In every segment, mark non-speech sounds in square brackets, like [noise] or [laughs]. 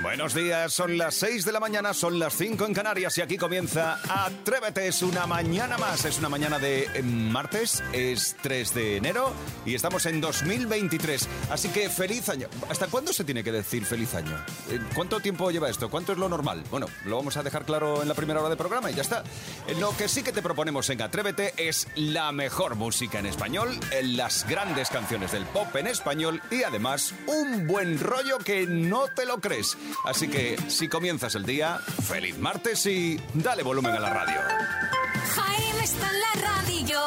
Buenos días, son las 6 de la mañana, son las 5 en Canarias y aquí comienza Atrévete, es una mañana más, es una mañana de eh, martes, es 3 de enero y estamos en 2023, así que feliz año. ¿Hasta cuándo se tiene que decir feliz año? Eh, ¿Cuánto tiempo lleva esto? ¿Cuánto es lo normal? Bueno, lo vamos a dejar claro en la primera hora de programa y ya está. Eh, Lo que sí que te proponemos en Atrévete es la mejor música en español, eh, las grandes canciones del pop en español y además un buen rollo que no te lo crees. Así que si comienzas el día, feliz martes y dale volumen a la radio. Jaime está en la radio.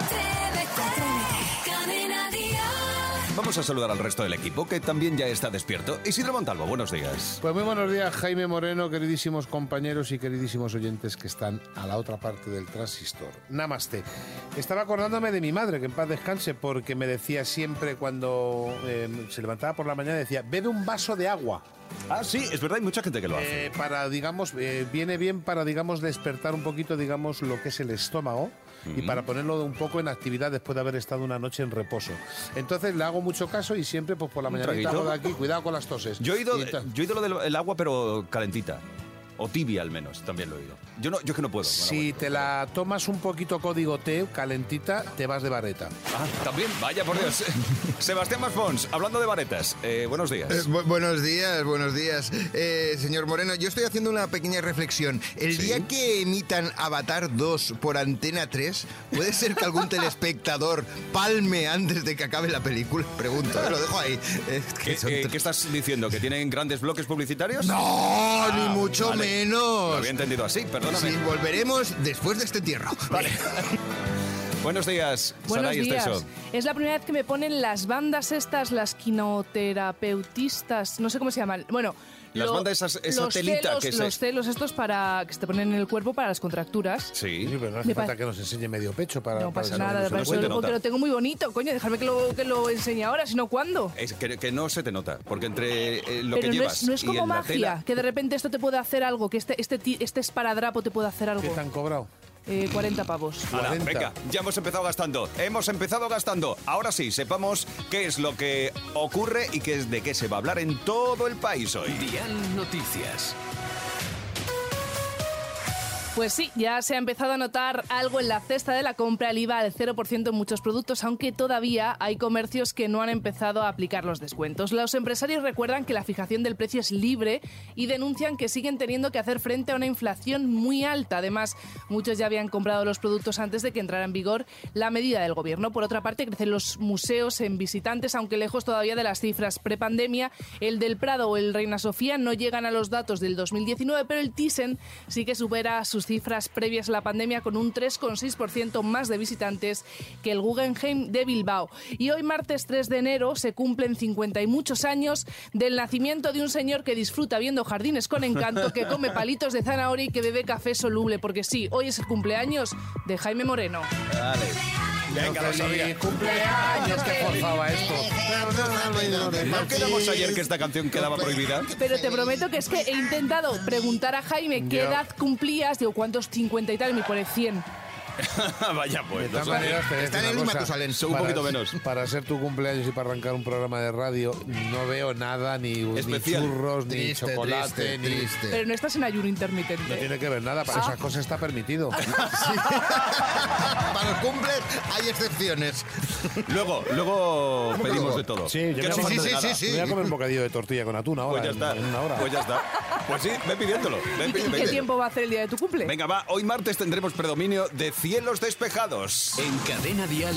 Atrévete. Cadena Dial. Vamos a saludar al resto del equipo que también ya está despierto. Isidro Montalvo, buenos días. Pues muy buenos días, Jaime Moreno, queridísimos compañeros y queridísimos oyentes que están a la otra parte del transistor. Namaste. Estaba acordándome de mi madre, que en paz descanse, porque me decía siempre cuando eh, se levantaba por la mañana, decía, bebe un vaso de agua. Ah, sí, es verdad, hay mucha gente que lo hace. Eh, para, digamos, eh, viene bien para, digamos, despertar un poquito, digamos, lo que es el estómago y para ponerlo un poco en actividad después de haber estado una noche en reposo. Entonces le hago mucho caso y siempre, pues por la mañana, traguito? aquí, cuidado con las toses. Yo he oído, Y entonces- yo he oído lo del el agua, pero calentita. O tibia al menos, también lo he oído. Yo, no, yo es que no puedo. con Si agua. te la tomas un poquito código T, calentita, te vas de vareta. Ah, también, vaya por [laughs] Dios. Sebastián Maspons, hablando de varetas. eh, buenos días. Eh, bu- buenos días, buenos días. Eh, señor Moreno, yo estoy haciendo una pequeña reflexión. El Sí. día que emitan Avatar 2 por Antena 3, ¿puede ser [laughs] que algún telespectador palme antes de que acabe la película? Pregunto, eh, lo dejo ahí. Es que ¿Qué, eh, son qué- tres- qué estás diciendo? ¿Que tienen grandes bloques publicitarios? No, Ah, ni mucho vale. Lo menos. había entendido así, perdóname. Sí, volveremos después de este entierro. [laughs] Vale. buenos días, Buenos Saray días. Esteso. Es la primera vez que me ponen las bandas estas, las quinoterapeutistas, no sé cómo se llaman. Bueno, Las bandas esas- esa los telita celos, que se- los celos estos para que se te ponen en el cuerpo para las contracturas. Sí. Sí, pero no hace Me falta parece- que nos enseñe medio pecho para... No para pasa saber nada, no de nosotros. se te paso nota. que lo tengo muy bonito, coño, dejadme que lo, que lo enseñe ahora, si no, ¿cuándo? Es que, que no se te nota, porque entre eh, lo Pero que no llevas es, no es y como en la magia, tela- que de repente esto te puede hacer algo, que este, este, ti- este esparadrapo te puede hacer ¿Qué algo. te han cobrado? Eh, 40 pavos. Ala, 40. venga, ya hemos empezado gastando. Hemos empezado gastando. Ahora sí, sepamos qué es lo que ocurre y qué es de qué se va a hablar en todo el país hoy. Dial Noticias. Pues sí, ya se ha empezado a notar algo en la cesta de la compra, el IVA del 0% en muchos productos, aunque todavía hay comercios que no han empezado a aplicar los descuentos. Los empresarios recuerdan que la fijación del precio es libre y denuncian que siguen teniendo que hacer frente a una inflación muy alta. Además, muchos ya habían comprado los productos antes de que entrara en vigor la medida del gobierno. Por otra parte, crecen los museos en visitantes, aunque lejos todavía de las cifras prepandemia. El del Prado o el Reina Sofía no llegan a los datos del 2019, pero el Thyssen sí que supera sus cifras previas a la pandemia con un 3,6% más de visitantes que el Guggenheim de Bilbao. Y hoy, martes 3 de enero, se cumplen 50 y muchos años del nacimiento de un señor que disfruta viendo jardines con encanto, que come palitos de zanahoria y que bebe café soluble, porque sí, hoy es el cumpleaños de Jaime Moreno. Vale. Venga, lo ¡Feliz sabía. cumpleaños! ¡Que forzaba [laughs] esto! ¿No quedamos ayer que esta canción quedaba prohibida? Pero te prometo que es que he intentado preguntar a Jaime qué Ya. edad cumplías, digo, ¿cuántos? 50 y tal, y me pone 100. [laughs] Vaya pues. De todas nosotros- maneras, te voy a Está decir una en el cosa. Matusalén. Un Para- poquito menos. Para ser tu cumpleaños y para arrancar un programa de radio, no veo nada, ni, ni Especial. churros, ni Triste, chocolate, triste, ni... triste. Pero no estás en ayuno No intermitente. tiene que ver nada, para Ah. esas cosas está permitido. [laughs] Para los cumples hay excepciones. Luego, luego que pedimos luego? de todo. Sí, yo Que me no voy a- falte sí, nada. sí, sí. Me voy a comer un bocadillo de tortilla con atún ahora, Pues ya en- está. en una hora. Pues ya está. Pues sí, ve pidiéndolo. Ve pi- ve ¿Y, y qué pidiéndolo. tiempo va a hacer el día de tu cumple? Venga, va. Hoy martes tendremos predominio de cielos despejados. En Cadena Dial,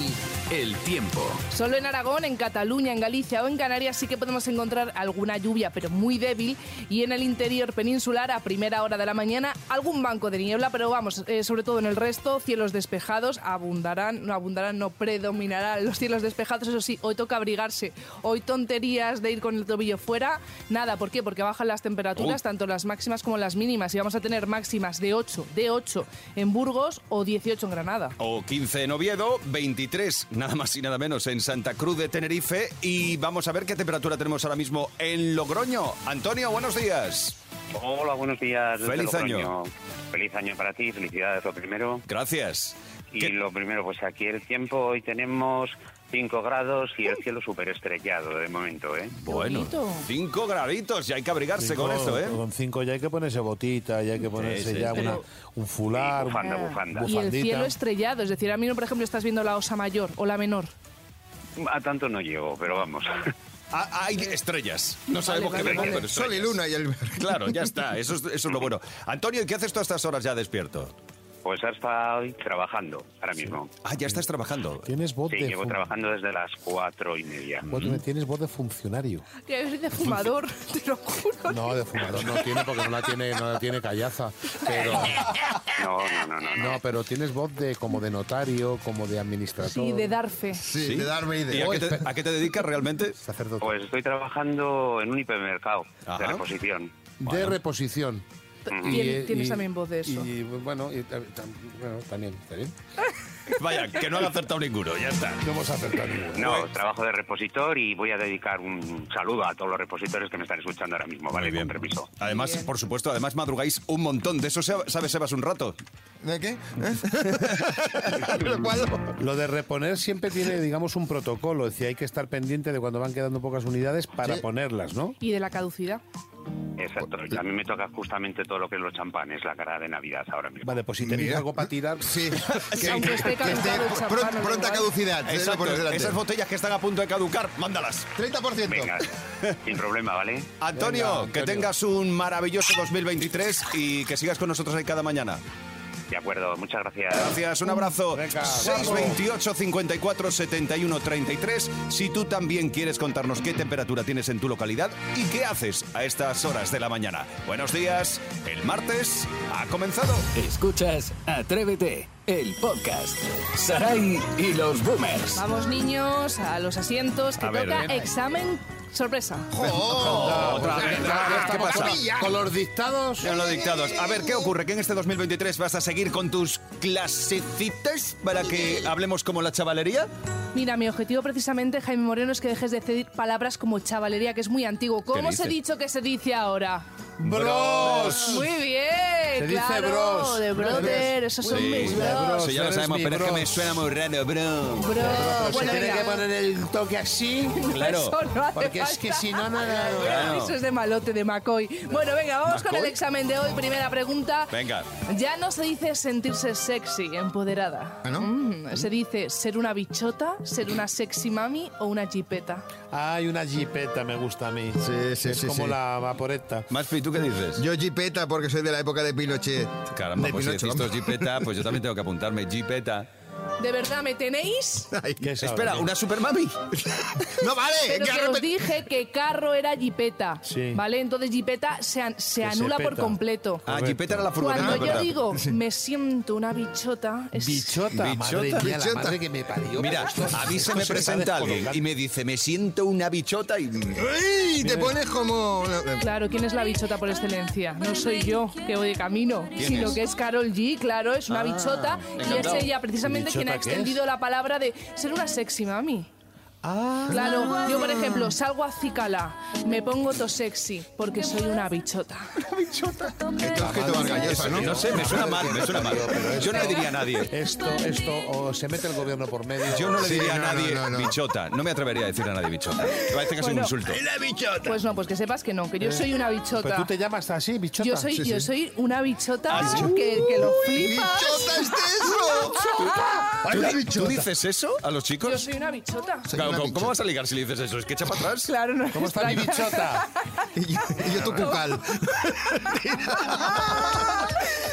el tiempo. Solo en Aragón, en Cataluña, en Galicia o en Canarias sí que podemos encontrar alguna lluvia, pero muy débil. Y en el interior peninsular, a primera hora de la mañana, algún banco de niebla, pero vamos, eh, sobre todo en el resto, cielos despejados abundarán, no abundarán, no predominarán los cielos despejados. Eso sí, hoy toca abrigarse. Hoy tonterías de ir con el tobillo fuera, nada. ¿Por qué? Porque bajan las temperaturas, Uy. tanto las máximas como las mínimas. Y vamos a tener máximas de 8, de 8 en Burgos o 18 en Granada. O 15 en Oviedo, 23, nada más y nada menos, en Santa Cruz de Tenerife. Y vamos a ver qué temperatura tenemos ahora mismo en Logroño. Antonio, buenos días. Hola, buenos días. desde Feliz año. Logroño. Feliz año para ti, felicidades lo primero. Gracias. Y ¿Qué? lo primero, pues aquí el tiempo, hoy tenemos 5 grados y el cielo súper estrellado de momento, ¿eh? Bueno, bonito. cinco graditos y hay que abrigarse Cinco- con eso, ¿eh? Con cinco ya hay que ponerse botita, ya hay que ponerse sí, ya sí. una- un fular. Sí, bufanda, un- bufanda. Y el bufandita. cielo estrellado, es decir, a mí, por ejemplo, estás viendo la osa mayor o la menor. A tanto no llego, pero vamos. [laughs] Ah, hay estrellas. No sabemos vale, qué vemos, vale. pero Sol y estrellas. luna y el... Claro, ya está. Eso es, eso es lo bueno. Antonio, ¿y qué haces tú a estas horas ya despierto? Pues hasta hoy trabajando, ahora mismo. Ah, ya estás trabajando. Tienes voz Sí, de llevo fun- trabajando desde las cuatro y media. voz de- Tienes voz de funcionario. Que eres de fumador, [laughs] te lo juro. No, de fumador no tiene porque no la tiene, no la tiene callaza. Pero, No, no, no, no. no. no, pero tienes voz de como de notario, como de administrador. Sí, de dar fe. Sí, ¿Sí? de darme ¿Y idea. a qué, te, a qué te dedicas realmente? sacerdote. Pues estoy trabajando en un hipermercado de Ajá. reposición. de reposición. Tien- tienes también voz de eso. Y bueno, y tam- tam- bueno, también, está bien. Vaya, que no lo ha acertado ninguno, ya está. No hemos acertado ninguno. No, Pues- trabajo de repositor y voy a dedicar un saludo a todos los repositores que me están escuchando ahora mismo, ¿vale? Muy bien. Con permiso. Además, Muy bien. por supuesto, además madrugáis un montón. De eso se- sabes, Sebas, un rato. ¿De qué? ¿Eh? [laughs] ¿Pero cuándo? Lo de reponer siempre tiene, digamos, un protocolo. Es decir, hay que estar pendiente de cuando van quedando pocas unidades para Sí. ponerlas, ¿no? Y de la caducidad. Exacto. Pues, Y a mí me toca justamente todo lo que es los champanes, la cara de Navidad ahora mismo. Vale, pues si tenéis Mira. algo para tirar, Sí. Aunque esté calentado el champán, pron- no da pronta igual. caducidad. eh, lo Exacto, pones delante. esas botellas que están a punto de caducar, mándalas. 30%. Venga, [laughs] sin problema, ¿vale? Antonio, Venga, Antonio. que tengas un maravilloso 2023 y que sigas con nosotros ahí cada mañana. De acuerdo, muchas gracias. Gracias, un abrazo. Venga, 628 54 71 33. Si tú también quieres contarnos qué temperatura tienes en tu localidad y qué haces a estas horas de la mañana. Buenos días, el martes ha comenzado. Escuchas Atrévete, el podcast. Sarai y los boomers. Vamos, niños, a los asientos, que A ver, toca venga. examen sorpresa. Otra vez. ¿Qué estamos pasa? con, con los dictados. Ya lo dictados. A ver, ¿qué ocurre? ¿Que en este 2023 vas a seguir con tus clasecitas para que hablemos como la chavalería? Mira, mi objetivo precisamente, Jaime Moreno, es que dejes de decir palabras como chavalería, que es muy antiguo. ¿Cómo se dices? ha dicho que se dice ahora? Bros. Muy bien, Se dice claro, bros. de brother, esos son Sí. mis Bros. bros. Eso ya lo eres sabemos, mi pero es que bro. me suena muy raro, bro. Bro, bueno, venga, el toque así. Claro. Pues eso no hace falta. no, nada. Claro. Eso es de malote, de Macoy. Bueno, venga, vamos con ¿Macoy? el examen de hoy. Primera pregunta. Venga. Ya no se dice sentirse sexy, empoderada. ¿Ah, no? Mm, se dice ser una bichota, ser una sexy mami o una jipeta. Hay una jipeta, me gusta a mí. Sí, sí, es sí, como sí. la vaporeta. Maspi, ¿tú qué dices? Yo jipeta porque soy de la época de Pinochet. [laughs] Caramba, de pues si Pinocho, decís esto es vamos. Jeepeta, pues yo también tengo que apuntarme. Jeepeta. ¿De verdad me tenéis? Ay, ¿Qué sabe? Espera, ¿una super mami? [laughs] No vale. Pero que que arrepe- os dije que carro era jipeta. Sí. ¿Vale? Entonces jipeta se, an- se Que se anula por peta. completo. Ah, Jeepeta era la furgoneta, Cuando yo ¿verdad? digo me siento una bichota, es Bichota, madre Bichota. mía, la Bichota. madre que me parió. Mira, Esto- a mí se esto me está presenta alguien y me dice, me siento una bichota y... ¡Ey! Te pones como... eh, Claro, ¿quién es la bichota por excelencia? No soy yo que voy de camino, ¿Quién sino es? que es Carol G, claro, es una bichota y es encantado. ella precisamente quien ha Ah, ¿Bichota qué es? extendido la palabra de ser una sexy mami. Ah, Claro, yo por ejemplo salgo a Cicala, me pongo to sexy porque soy una bichota. Esto es que te vargallosa, ¿no? No sé, me suena mal, me suena mal. Yo no le diría a nadie. esto, esto, o se mete el gobierno por medio. Yo no le Sí, diría a no, no, nadie no, no. bichota. No me atrevería a decir a nadie bichota. Me parece que es un Bueno. insulto. Pues no, pues que sepas que no, que yo soy una Eh, Pero bichota. Pues tú te llamas así, bichota. Yo soy, Sí, yo sí. soy una bichota Ah, que, que lo flipas. ¡Bichota es eso! ¿Tú, la di- bichota. tú dices eso a los Yo chicos? soy una bichota. Soy Claro, una ¿cómo, cómo bichota. vas a ligar si le dices eso? ¿Es que echa para atrás? Claro, no. ¿Cómo está mi bichota? [laughs] Y yo, y yo tu [laughs] cucal. [laughs]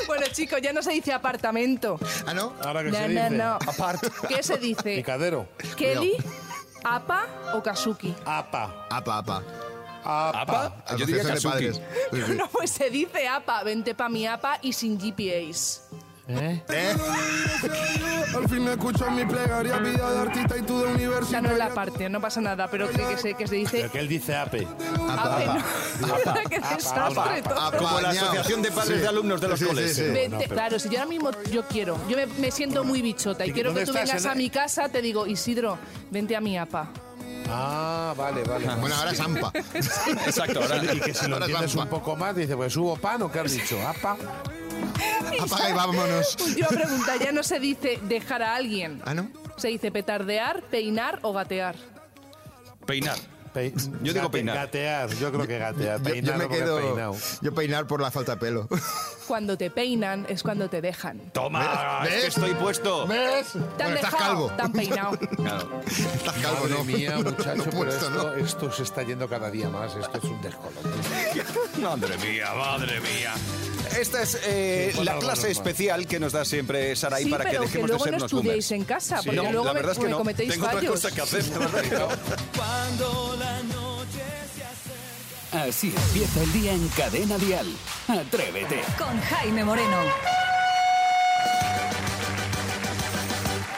Bueno, chicos, ya no se dice apartamento. ¿Ah, no? Ahora que No, se no, dice. no. Aparte. ¿Qué se dice? Picadero. ¿Kelly, Apa o Kazuki? Apa. Apa, apa. Apa. ¿Apa? Yo diría Asociación de Kazuki. padres. Sí, [laughs] sí. No, pues se dice Apa, vente pa' mi Apa y sin GPAs. ¿Eh? Al fin escuchas mi plegaria, vida de artista y tú de Ya universidad. no es la parte, no pasa nada, pero que, que se, que se dice Pero que él dice ape. Apa, Ape, apa. [laughs] no. ¡Qué desastre todo! Apa, Como la ñao. asociación de padres Sí. de alumnos de los Sí, sí, coles. sí. Vente- Claro, si yo ahora mismo yo quiero, yo me, me siento muy bichota y, ¿Y quiero que dónde tú estás, vengas en- a mi casa, te digo, Isidro, vente a mi apa. Ah, vale, vale. vale. Bueno, ahora [laughs] es ampa. Exacto, ahora Y que si lo Ahora es entiendes un ampa. poco más, dice, pues hubo pan o qué has dicho. Apa. Apaga y vámonos. [laughs] Última pregunta, ya no se dice dejar a alguien. Ah, ¿no? Se dice petardear, peinar o gatear. Peinar. Pe- Yo digo gate- peinar. Gatear, yo creo que gatear. Yo, yo Peinar me no, porque quedo. peinado. Yo peinar por la falta de pelo. [laughs] Cuando te peinan es cuando te dejan. Toma, ¿Ves? es que estoy puesto. ¿Ves? Te han Bueno, estás dejado, calvo. te [laughs] han peinado. Claro. Estás calvo, Madre ¿no? [laughs] mía, No muchacho, he pero puesto, esto, esto se está yendo cada día más. Esto es un descolote. Madre mía, madre mía. Esta es eh, Sí, la bueno, clase bueno, especial que nos da siempre Saraí sí, para que pero que, dejemos de luego ser no unos boomers. estudiéis en casa, porque No, luego la me, verdad es que me no. cometéis Tengo otra fallos. cosa que hacer. de verdad. Así empieza el día en Cadena Dial. Atrévete. Con Jaime Moreno.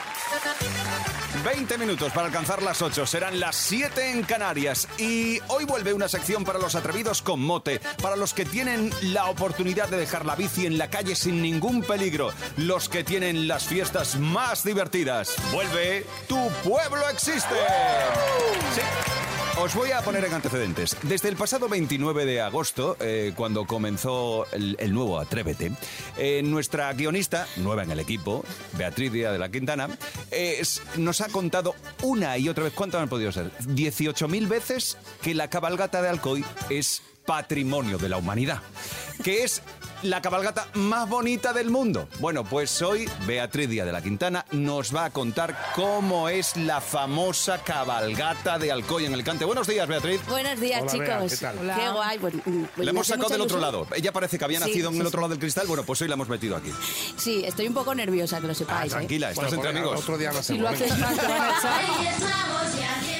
¿no? 20 minutos para alcanzar las 8. Serán las 7 en Canarias. Y hoy vuelve una sección para los atrevidos con mote. Para los que tienen la oportunidad de dejar la bici en la calle sin ningún peligro. Los que tienen las fiestas más divertidas. Vuelve Tu Pueblo Existe. Sí. Os voy a poner en antecedentes. Desde el pasado 29 de agosto, eh, cuando comenzó el, el nuevo Atrévete, eh, nuestra guionista, nueva en el equipo, Beatriz Díaz de la Quintana, eh, es- nos ha contado una y otra vez, ¿cuántas han podido ser? 18.000 veces que la cabalgata de Alcoy es patrimonio de la humanidad, que es la cabalgata más bonita del mundo. Bueno, pues hoy Beatriz Díaz de la Quintana nos va a contar cómo es la famosa cabalgata de Alcoy en Alicante. Buenos días, Beatriz. Buenos días, Hola, Bea, chicos. ¿qué tal? Hola. Qué guay. bueno, mm, bueno, La me hemos hace sacado mucha del otro ilusión. lado. Ella parece que había Sí, nacido en sí, el otro sí. lado del cristal. Bueno, pues hoy la hemos metido aquí. Sí, estoy un poco nerviosa, que lo Ah, sepáis. ¿eh? [laughs] tranquila, estás Bueno, entre por- amigos. Otro día más Si lo haces mal, te van a echar.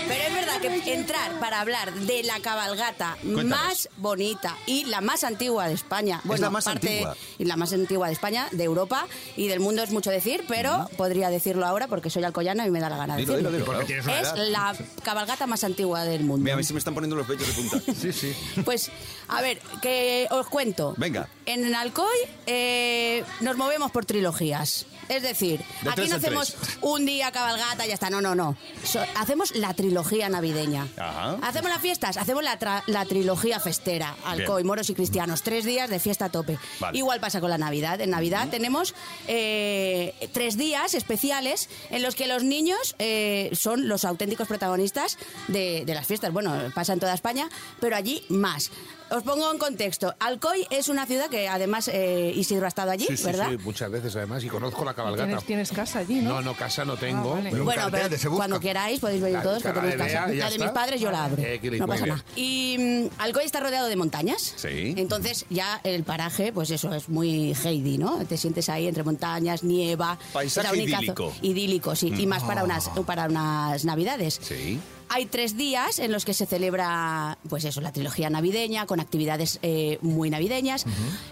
Pero es verdad que entrar para hablar de la cabalgata Cuéntanos. más bonita y la más antigua de España. Bueno, la más antigua. Y la más antigua de España, de Europa y del mundo es mucho decir, pero podría decirlo ahora porque soy alcoyana y me da la gana de Dilo, decirlo. dilo, dilo. Porque claro. tienes una Es edad. la cabalgata más antigua del mundo. Mira, a mí se me están poniendo los pechos de [laughs] punta. Sí, sí. Pues, a ver, que os cuento. Venga. En Alcoy eh, nos movemos por trilogías. Es decir, De aquí tres no en tres. hacemos un día cabalgata y ya está. No, no, no. So- hacemos la trilogía navideña. Ajá. Hacemos las fiestas, hacemos la, tra- la trilogía festera. Alcoy, Bien. moros y cristianos. Tres días de fiesta a tope. Vale. Igual pasa con la Navidad. En Navidad tenemos eh, tres días especiales en los que los niños eh, son los auténticos protagonistas de, de las fiestas. Bueno, pasa en toda España, pero allí más. Os pongo en contexto. Alcoy es una ciudad que además eh, Isidro ha estado allí, Sí, sí, ¿verdad? sí, muchas veces además y conozco la cabalgata. Tienes, tienes casa allí, ¿no? No, no, casa no tengo. Ah, vale. pero un Bueno, cartel de se pero busca. cuando queráis podéis venir La todos que cara tenemos de Bea, casa. ya La de está. mis padres yo la abro. Eh, que le- no muy pasa bien. nada. Y mm, Alcoy está rodeado de montañas. Sí. Entonces ya el paraje, pues eso es muy Heidi, ¿no? Te sientes ahí entre montañas, nieva. Paisaje Es la única idílico. zo- Idílico, sí. Y más para unas, para unas navidades. Sí. Hay tres días en los que se celebra, pues eso, la trilogía navideña, con actividades eh, muy navideñas.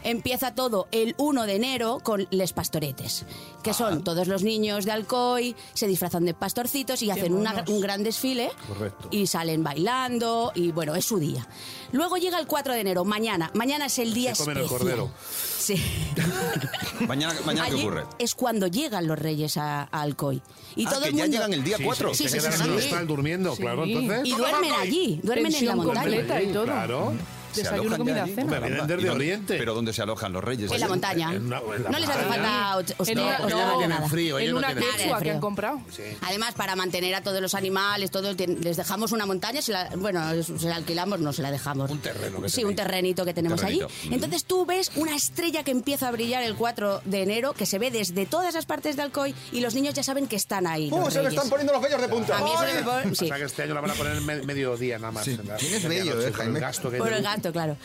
Empieza todo el 1 de enero con Les Pastoretes, que Ah. son todos los niños de Alcoy, se disfrazan de pastorcitos y hacen una- monos. un gran desfile. Correcto. Y salen bailando, y bueno, es su día. Luego llega el 4 de enero, mañana. Mañana es el día Se comen el especial. cordero. Sí. Mañana, mañana ¿qué Allí ocurre? Es cuando llegan los reyes a, a Alcoy. Y Ah, todo que el ya mundo... llegan el día Sí, 4. Sí, sí, se sí, quedan sí, en el sí. hostal durmiendo, Sí. claro. Entonces, Y duermen Ah, allí, duermen en la Pensión montaña. completa y todo. Claro. Desayuno, comida, Hombre, cena. vienen Caramba, desde ¿y dónde- Oriente. Pero ¿dónde se alojan los reyes? En la montaña. en una- en la no les hace montaña. falta host- host- En una- hostal no, ni tienen nada. frío, en ellos no una tienen frío. quechua que han comprado. Además, para mantener a todos los animales, todos tien- les dejamos una montaña, se la- bueno, es- se la alquilamos, no se la dejamos. Un terreno que Sí, un terrenito que tenemos Terrenito. Mm. allí. Entonces tú ves una estrella que empieza a brillar el 4 de enero, que se ve desde todas las partes de Alcoy y los niños ya saben que están ahí. Oh, Uh, los reyes. los bellos de punta! A mí eso me pone- O sí. sea que este año la van a poner en me- mediodía nada más. Sí. en la- Tienes medianoche, bello, eh, por Jaime. El gasto que Por el tiene. gasto, claro.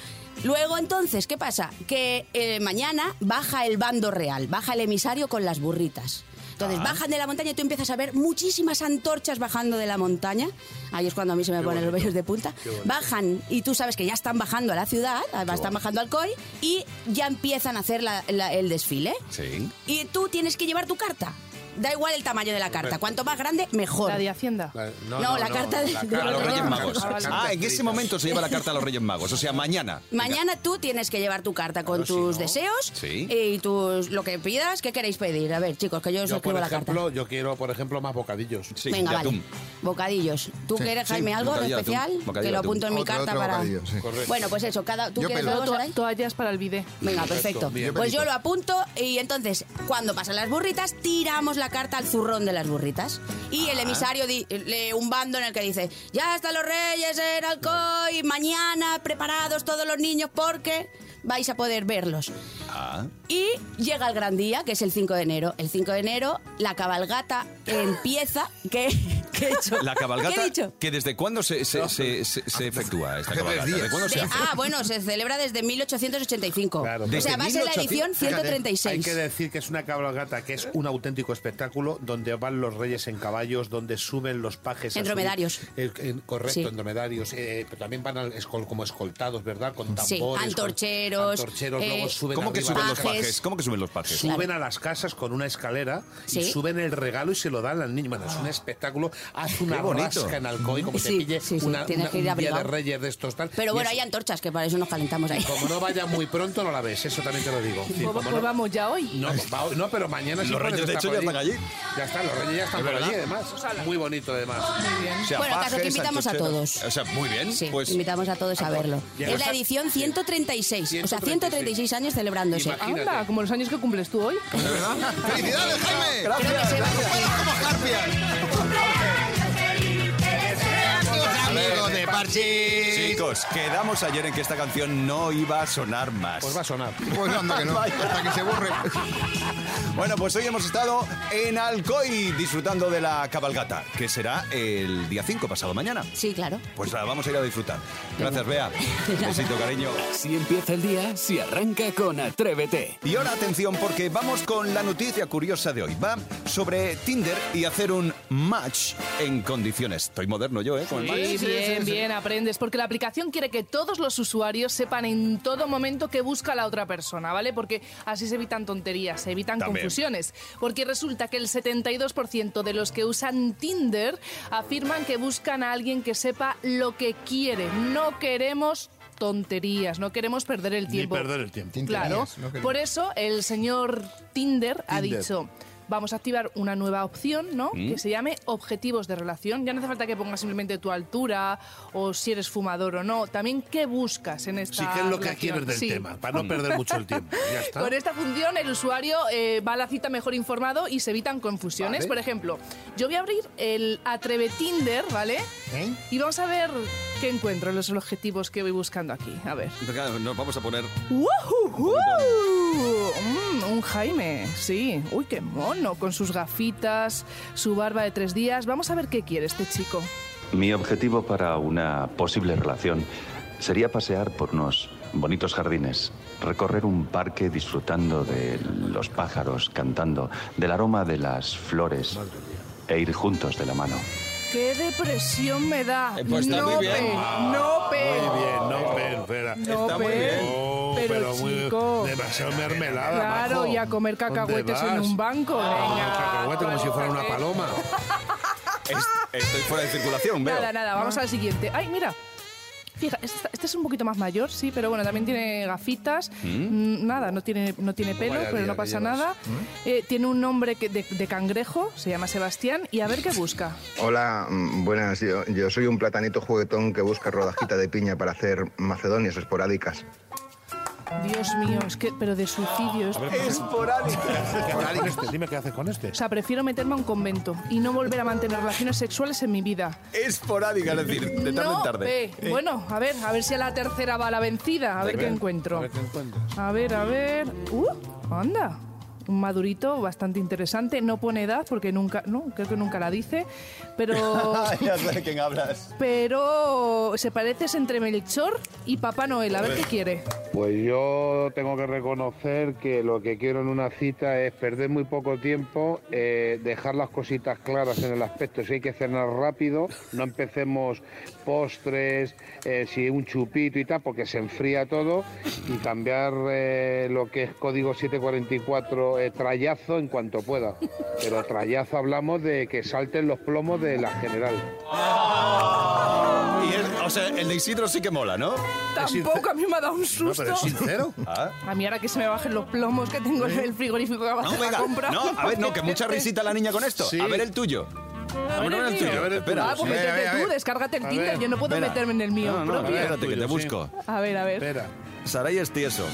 Luego, entonces, ¿qué pasa? Que eh, mañana baja el bando real, baja el emisario con las burritas. Entonces, bajan de la montaña y tú empiezas a ver muchísimas antorchas bajando de la montaña. Ahí es cuando a mí se me ponen los vellos de punta. Bajan y tú sabes que ya están bajando a la ciudad, están bajando al COI y ya empiezan a hacer la- la- el desfile. Sí. Y tú tienes que llevar tu carta. Da igual el tamaño de la carta. Cuanto más grande, mejor. La de Hacienda. La- No, la carta de- carta- A los Reyes Magos. Ah, vale. Ah, en ese momento se lleva la carta a los Reyes Magos. O sea, mañana. Mañana tú tienes que llevar tu carta con Claro, si tus no. deseos Sí. y tus lo que pidas. ¿Qué queréis pedir? A ver, chicos, que yo os Yo, por escribo la carta. ejemplo, yo quiero, por ejemplo, más bocadillos. Sí, Venga, de vale. atún. Bocadillos. ¿Tú Sí, quieres, sí, Jaime, algo en bocadillo de atún, especial? bocadillo que de lo atún. apunto en mi Otro- carta otro para... bocadillo, sí. Correcto. Bueno, pues eso, cada... ¿tú Yo quieres pelo. algo, To- Saray? toallas para el bidé. Venga, perfecto. bien, Pues yo Benito. lo apunto y entonces, cuando pasan las burritas, tiramos la carta al zurrón de las burritas. Y el emisario di- lee un bando en el que dice, ya están los reyes en Alcoy, mañana preparados todos los niños porque vais a poder verlos. Ah, Y llega el gran día, que es el 5 de enero. El 5 de enero, la cabalgata empieza. [laughs] ¿Qué, qué he hecho? la cabalgata. ¿Qué he dicho? ¿Que desde cuándo se, se, se, se- se efectúa esta Hace tres cabalgata? ¿De días. cuándo se De- hace? ah, bueno, se celebra desde 1885. Claro, o sea, desde va a ser la 1800, edición fíjate, hay 136. Hay que decir que es una cabalgata que es un auténtico espectáculo donde van los reyes en caballos, donde suben los pajes. a subir. Dromedarios. Eh, en- correcto, Sí. en dromedarios. eh, pero también van al- escol- como escoltados, ¿verdad? Con tambores. Sí, con- antorcheros, antorcheros, eh, luego suben ¿Cómo que arriba suben a la los casa. Pajes. pajes? ¿Cómo que suben los pajes? Suben a las casas con una escalera y Sí. Ah. suben el regalo y se lo dan al niño. Bueno, es un espectáculo. Haz una bonito. rasca en Alcoy, como Sí, te pille sí, sí, una, tienes una- que ir un día de abrigado. reyes de estos tal. Pero Y bueno, es- hay antorchas, que para eso nos calentamos ahí. Como no vaya muy pronto, no la ves. Eso también te lo digo. Sí, Pues, como pues no- vamos ya hoy. No, va- no, pero mañana sí Los puedes Reyes, de estar hecho, por ya están allí. Ya están, los reyes ya están por allí, además. Pues Muy bonito, además. O sea, Bueno, caso que pajes, invitamos a antorcheros. todos. O sea, muy bien. Sí, pues invitamos a todos a verlo. Llega Es la esa- edición 136, o sea, 136 años celebrándose. Imagina- Imagínate. Anda, como los años que cumples tú hoy. ¿Verdad? ¡Felicidades, Jaime! Creo que se va a cumplir. ¡Vuelas como Harpian! ¡Amigo de Parchís! eh, Chicos, quedamos ayer en que esta canción no iba a sonar más. Pues va a sonar. Pues anda que no, hasta que se borre. Bueno, pues hoy hemos estado en Alcoy disfrutando de la cabalgata, que será el día 5, pasado mañana. Sí, claro. Pues la vamos a ir a disfrutar. Gracias, [laughs] Bea. Un besito, cariño. Si empieza el día, si arranca con Atrévete. Y ahora atención porque vamos con la noticia curiosa de hoy. Va sobre Tinder y hacer un match en condiciones. Estoy moderno yo, ¿eh? Con el match. Sí, bien, bien, aprendes, porque la aplicación quiere que todos los usuarios sepan en todo momento qué busca la otra persona, ¿vale? Porque así se evitan tonterías, se evitan También. confusiones, porque resulta que el 72% de los que usan Tinder afirman que buscan a alguien que sepa lo que quiere. No queremos tonterías, no queremos perder el tiempo. el tiempo. Claro, Tonterías, no queremos. por eso el señor Tinder, ha Tinder. dicho, vamos a activar una nueva opción, ¿no? Que se llame objetivos de relación. Ya no hace falta que pongas simplemente tu altura o si eres fumador o no. También qué buscas en esta Sí, que es lo que relación? quieres del Sí. tema, para no [laughs] perder mucho el tiempo. Ya está. Con esta función el usuario eh, va a la cita mejor informado y se evitan confusiones. Vale. Por ejemplo, yo voy a abrir el Atreve Tinder, ¿vale? ¿Eh? Y vamos a ver qué encuentro, los objetivos que voy buscando aquí. A ver. Claro, Nos vamos a [laughs] poner ¡Wujujú! Mm, un Jaime, sí. Uy, qué mono, con sus gafitas, su barba de tres días. Vamos a ver qué quiere este chico. Mi objetivo para una posible relación sería pasear por unos bonitos jardines, recorrer un parque disfrutando de los pájaros cantando, del aroma de las flores e ir juntos de la mano. ¡Qué depresión me da! Eh, pues está no muy bien. pe, no pe. Ah, Muy bien, no, pero, espera. No, Está muy pero- bien. Oh, pero, chico. demasiado mermelada, Claro, majo. y a comer ¿Dónde cacahuetes en vas? un banco. Ah, Venga, cacahuete como si fuera una cacahuete. paloma. Est- Estoy fuera de circulación, veo. Nada, nada, Ah. vamos al siguiente. ¡Ay, mira! Fija, esta- este es un poquito más mayor, sí, pero bueno, también tiene gafitas. Mm, Nada, no tiene, no tiene pelo, Oh, Vaya pero día no que pasa llevas. ¿Mm? nada. Eh, tiene un nombre que- de, de cangrejo, se llama Sebastián, y a ver qué busca. Hola, mm, buenas. Yo, yo soy un platanito juguetón que busca rodajita de piña para hacer macedonias esporádicas. Dios mío, es que, pero de suicidios. Con este, Dime qué haces con este. O sea, prefiero meterme a un convento y no volver a mantener relaciones sexuales en mi vida. Esporádica, es decir, de tarde en No, tarde. Eh. ve. Bueno, a ver, a ver si a la tercera va la vencida, a ver qué encuentro. A ver, a ver. ¡Uh! ¡Anda! Un madurito bastante interesante. No pone edad porque nunca. No, creo que nunca la dice. Pero. [laughs] Ah, ya sé de quién hablas. Pero se pareces entre Melchor y Papá Noel. A ver qué quiere. Pues yo tengo que reconocer que lo que quiero en una cita es perder muy poco tiempo, eh, dejar las cositas claras en el aspecto. Si hay que cenar rápido, no empecemos postres, eh, si un chupito y tal, porque se enfría todo. Y cambiar eh, lo que es código 744 eh, trayazo en cuanto pueda. Pero trayazo hablamos de que salten los plomos de la general. Y el- o sea, el de Isidro sí que mola, ¿no? Tampoco a mí me ha dado un No, susto. pero es [laughs] sincero. Ah. A mí ahora que se me bajen los plomos que tengo en el frigorífico para ¿Eh? No, hacer la venga. Ah, compra. No, a ver, no, que [laughs] mucha risita la niña con esto. Sí. A ver el tuyo. A ver Vámonos el al mío. tuyo. Espera. Ah, pues métete tú, descárgate el A Tinder. ver, Yo no puedo espera. meterme en el mío No, no, propio. espérate, que te busco. A ver, a ver. Saray es tieso.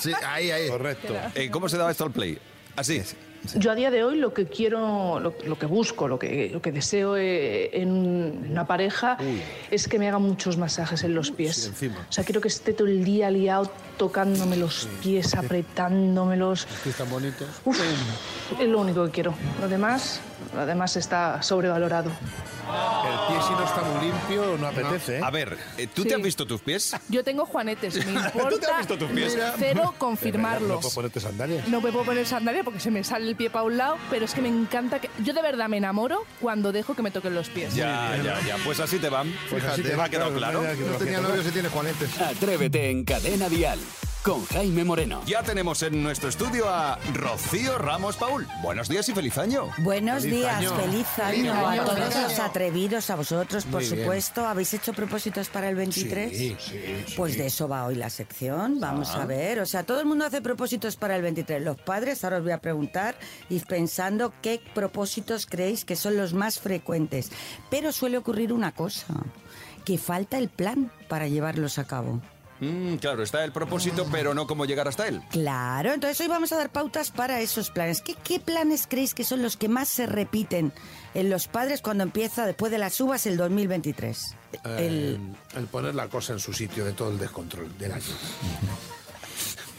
Sí, ahí, ahí. Correcto. Eh, ¿Cómo se daba esto al play? Así. Yo a día de hoy lo que quiero, lo, lo que busco, lo que, lo que deseo eh, en una pareja es que me haga muchos masajes en los pies. encima. O sea, quiero que esté todo el día liado tocándome los pies, apretándomelos. Que están bonitos. Uf, es lo único que quiero. Lo demás, lo demás está sobrevalorado. El pie si no está muy limpio no apetece. A ver, eh, ¿tú te has visto tus pies? Yo tengo juanetes, [laughs] me importa. ¿Tú te has visto tus pies? Cero [laughs] No puedo confirmarlos. ponerte sandalias. No me puedo poner sandalia porque se me sale el pie para un lado, pero es que me encanta que. Yo de verdad me enamoro cuando dejo que me toquen los pies. Ya, ya, ya. Pues así te van. Pues así te te va va, a quedar claro. si tiene juanetes. Atrévete en Cadena Dial con Jaime Moreno. Ya tenemos en nuestro estudio a Rocío Ramos Paul. Buenos días y feliz año. Buenos días, feliz año Feliz a año, todos feliz año. los atrevidos, a vosotros, por Muy bien. supuesto. ¿Habéis hecho propósitos para el 23? Sí, sí, Pues sí. de eso va hoy la sección, vamos Ah. a ver. O sea, todo el mundo hace propósitos para el 23. Los padres, ahora os voy a preguntar, y pensando qué propósitos creéis que son los más frecuentes. Pero suele ocurrir una cosa, que falta el plan para llevarlos a cabo. Mm, claro, está el propósito, pero no cómo llegar hasta él. Claro, entonces hoy vamos a dar pautas para esos planes. ¿Qué, qué planes creéis que son los que más se repiten en los padres cuando empieza después de las uvas el 2023? Eh, El... poner la cosa en su sitio de todo el descontrol del año.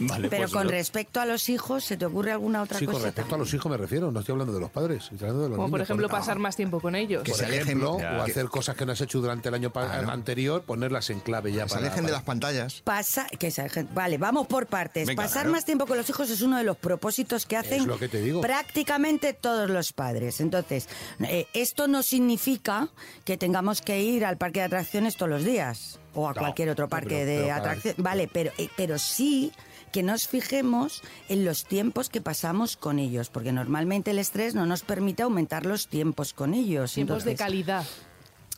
vale, pues Pero con respecto a los hijos, ¿se te ocurre alguna otra Sí, con cosa? respecto a los hijos me refiero, no estoy hablando de los padres, estoy hablando de los Como por niños. Ah. ejemplo Por- pasar más tiempo con ellos. Por ejemplo, o que- hacer cosas que no has hecho durante el año pa- anterior, ponerlas en clave ya se para... Pues alejen de las pantallas. Pasa, que se alejen- vale, vamos por partes. Venga, Pasar claro. más tiempo con los hijos es uno de los propósitos que hacen lo que te digo. prácticamente todos los padres. Entonces, eh, esto no significa que tengamos que ir al parque de atracciones todos los días o a No, cualquier otro no, parque pero- pero de cada vez- atracciones. Vale, pero, eh, pero sí que nos fijemos en los tiempos que pasamos con ellos, porque normalmente el estrés no nos permite aumentar los tiempos con ellos. Tiempos de Entonces, calidad.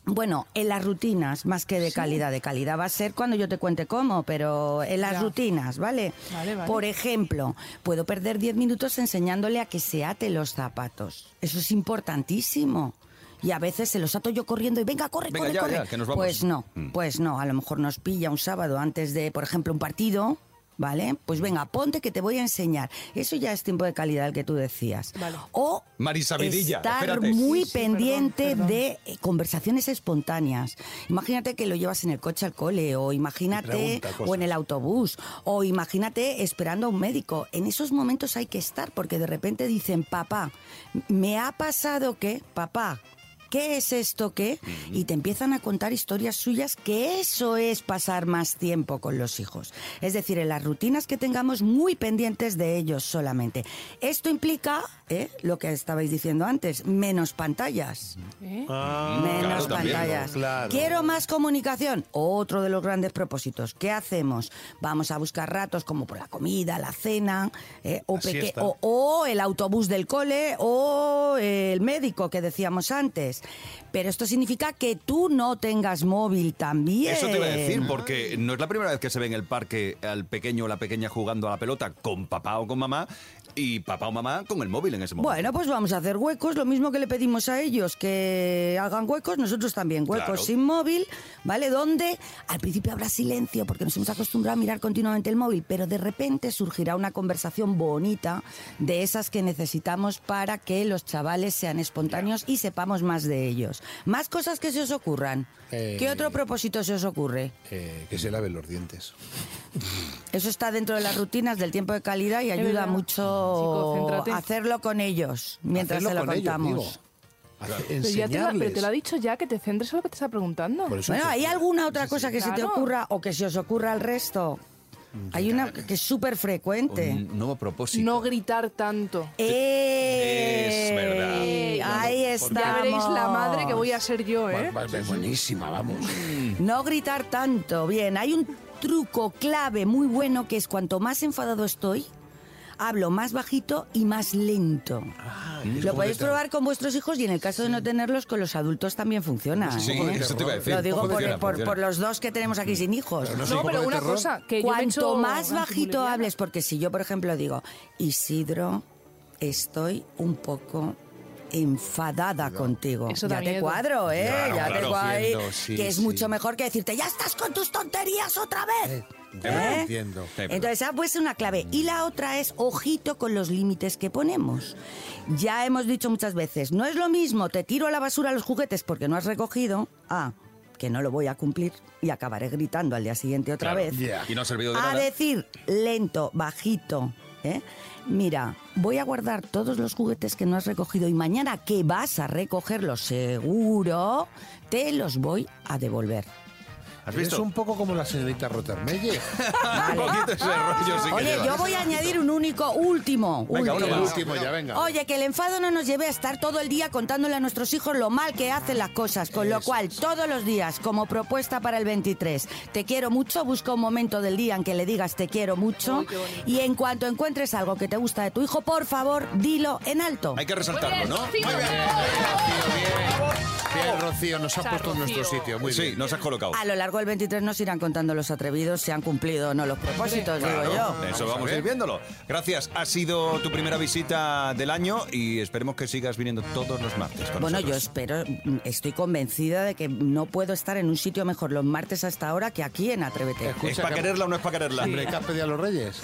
bueno, en las rutinas, más que de calidad. De calidad va a ser cuando yo te cuente cómo, pero en las Ya. rutinas, ¿vale? Vale, vale. Por ejemplo, puedo perder 10 minutos enseñándole a que se ate los zapatos. Eso es importantísimo. Y a veces se los ato yo corriendo y venga, corre, Venga, corre, ya, corre. ya, que nos vamos. Mm. Pues no, pues no. A lo mejor nos pilla un sábado antes de, por ejemplo, un partido. ¿Vale? Pues Mm. venga, ponte que te voy a enseñar. Eso ya es tiempo de calidad el que tú decías. O Marisa Vidilla, estar espérate. muy pendiente de eh, conversaciones espontáneas. Imagínate que lo llevas en el coche al cole, o imagínate, pregunta cosas. o en el autobús, o imagínate esperando a un médico. En esos momentos hay que estar, porque de repente dicen, papá, me ha pasado que, papá. ¿Qué es esto qué? Y te empiezan a contar historias suyas que eso es pasar más tiempo con los hijos. Es decir, en las rutinas que tengamos muy pendientes de ellos solamente. Esto implica ¿eh? lo que estabais diciendo antes, menos pantallas. ¿eh? Ah, Menos pantallas. Quiero más comunicación. Otro de los grandes propósitos. ¿Qué hacemos? Vamos a buscar ratos como por la comida, la cena, eh, o, La peque- siesta. o- o el autobús del cole, o eh, el médico que decíamos antes. Pero esto significa que tú no tengas móvil también. Eso te iba a decir, porque no es la primera vez que se ve en el parque al pequeño o la pequeña jugando a la pelota con papá o con mamá y papá o mamá con el móvil en ese momento. Bueno, pues vamos a hacer huecos, lo mismo que le pedimos a ellos que hagan huecos, nosotros también huecos Claro. sin móvil, ¿vale? Donde al principio habrá silencio porque nos hemos acostumbrado a mirar continuamente el móvil, pero de repente surgirá una conversación bonita de esas que necesitamos para que los chavales sean espontáneos y sepamos más de ellos. Más cosas que se os ocurran. Eh, ¿Qué otro propósito se os ocurre? Eh, que se laven los dientes. Eso está dentro de las rutinas del tiempo de calidad y ayuda verdad. mucho concéntrate. a hacerlo con ellos mientras Hacerlo se lo con ellos, contamos. digo. Hace- Pero, ya te lo, pero enseñarles. te lo ha dicho ya, que te centres en lo que te está preguntando. Pues Bueno, ¿hay alguna otra cosa que se te Claro. ocurra o que se os ocurra al resto? Hay una que es súper frecuente. Mm, Un nuevo propósito. No gritar tanto. ¡Eh! Es verdad. Ahí está. Ya veréis la madre que voy a ser yo, ¿eh? Buenísima, vamos. Mm. No gritar tanto. Bien, hay un truco clave muy bueno que es cuanto más enfadado estoy, hablo más bajito y más lento. ¿y eso lo cómo podéis te- probar con vuestros hijos y en el caso de no tenerlos, con los adultos también funciona. Sí, ¿eh? eso te iba a decir. Lo digo por, Funciona, por- funciona. Mm. por los dos que tenemos aquí sin hijos. Pero no es No, un pero poco de una terror. cosa, que yo me he Cuanto hecho más bajito antibuliviana. hables, porque si yo, por ejemplo, digo, Isidro, estoy un poco enfadada contigo. Eso da ya te miedo. cuadro, ¿eh? Claro, ya te claro. cuadro. ahí, Entiendo, sí, que es sí. mucho mejor que decirte, ya estás con tus tonterías otra vez. ¿Eh? Ya Eh, Entiendo. Entonces, esa puede ser una clave. Y la otra es ojito con los límites que ponemos. Ya hemos dicho muchas veces, no es lo mismo te tiro a la basura los juguetes porque no has recogido, a que no lo voy a cumplir y acabaré gritando al día siguiente otra Claro. vez. Y no ha servido de A nada. decir lento, bajito, ¿eh? mira, voy a guardar todos los juguetes que no has recogido y mañana que vas a recogerlos seguro, te los voy a devolver. ¿Has visto? Es un poco como la señorita Rottermelle. Un poquito ese rollo sí que Oye, lleva. yo voy a añadir un único, último. Venga, uno último. más. Último ya, venga. Oye, que el enfado no nos lleve a estar todo el día contándole a nuestros hijos lo mal que hacen las cosas, con lo cual todos los días, como propuesta para el 23, te quiero mucho, busca un momento del día en que le digas te quiero mucho y en cuanto encuentres algo que te gusta de tu hijo, por favor, dilo en alto. Hay que resaltarlo, ¿no? Muy bien. Bien, Rocío, nos has puesto en nuestro sitio. Muy bien. Sí, nos has colocado. A lo largo del 23 nos irán contando los atrevidos si han cumplido o no los propósitos, digo yo. Claro, Eso vamos a ir viéndolo. Gracias. Ha sido tu primera visita del año y esperemos que sigas viniendo todos los martes. Con Bueno, yo nosotros. espero, mm, estoy convencida de que no puedo estar en un sitio mejor los martes hasta ahora que aquí en Atrévete. ¿Es para quererla o no es para quererla? Hombre, ¿qué has pedido a los reyes?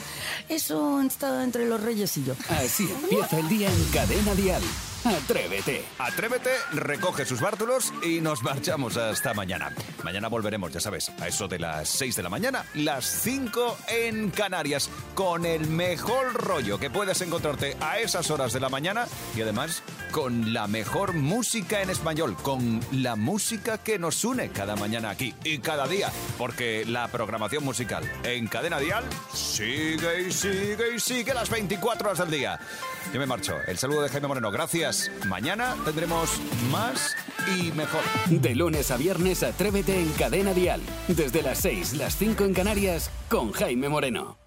Eso han estado entre los reyes y yo. Así empieza el día en Cadena Dial. Atrévete. Atrévete, recoge sus bártulos y nos marchamos hasta mañana. Mañana volveremos, ya sabes, a eso de las 6 de la mañana, las 5 en Canarias, con el mejor rollo que puedes encontrarte a esas horas de la mañana y además con la mejor música en español, con la música que nos une cada mañana aquí y cada día, porque la programación musical en Cadena Dial sigue y sigue y sigue las 24 horas del día. Yo me marcho. El saludo de Jaime Moreno. Gracias. Mañana tendremos más y mejor. De lunes a viernes, atrévete en Cadena Dial. Desde las 6, las 5 en Canarias, con Jaime Moreno.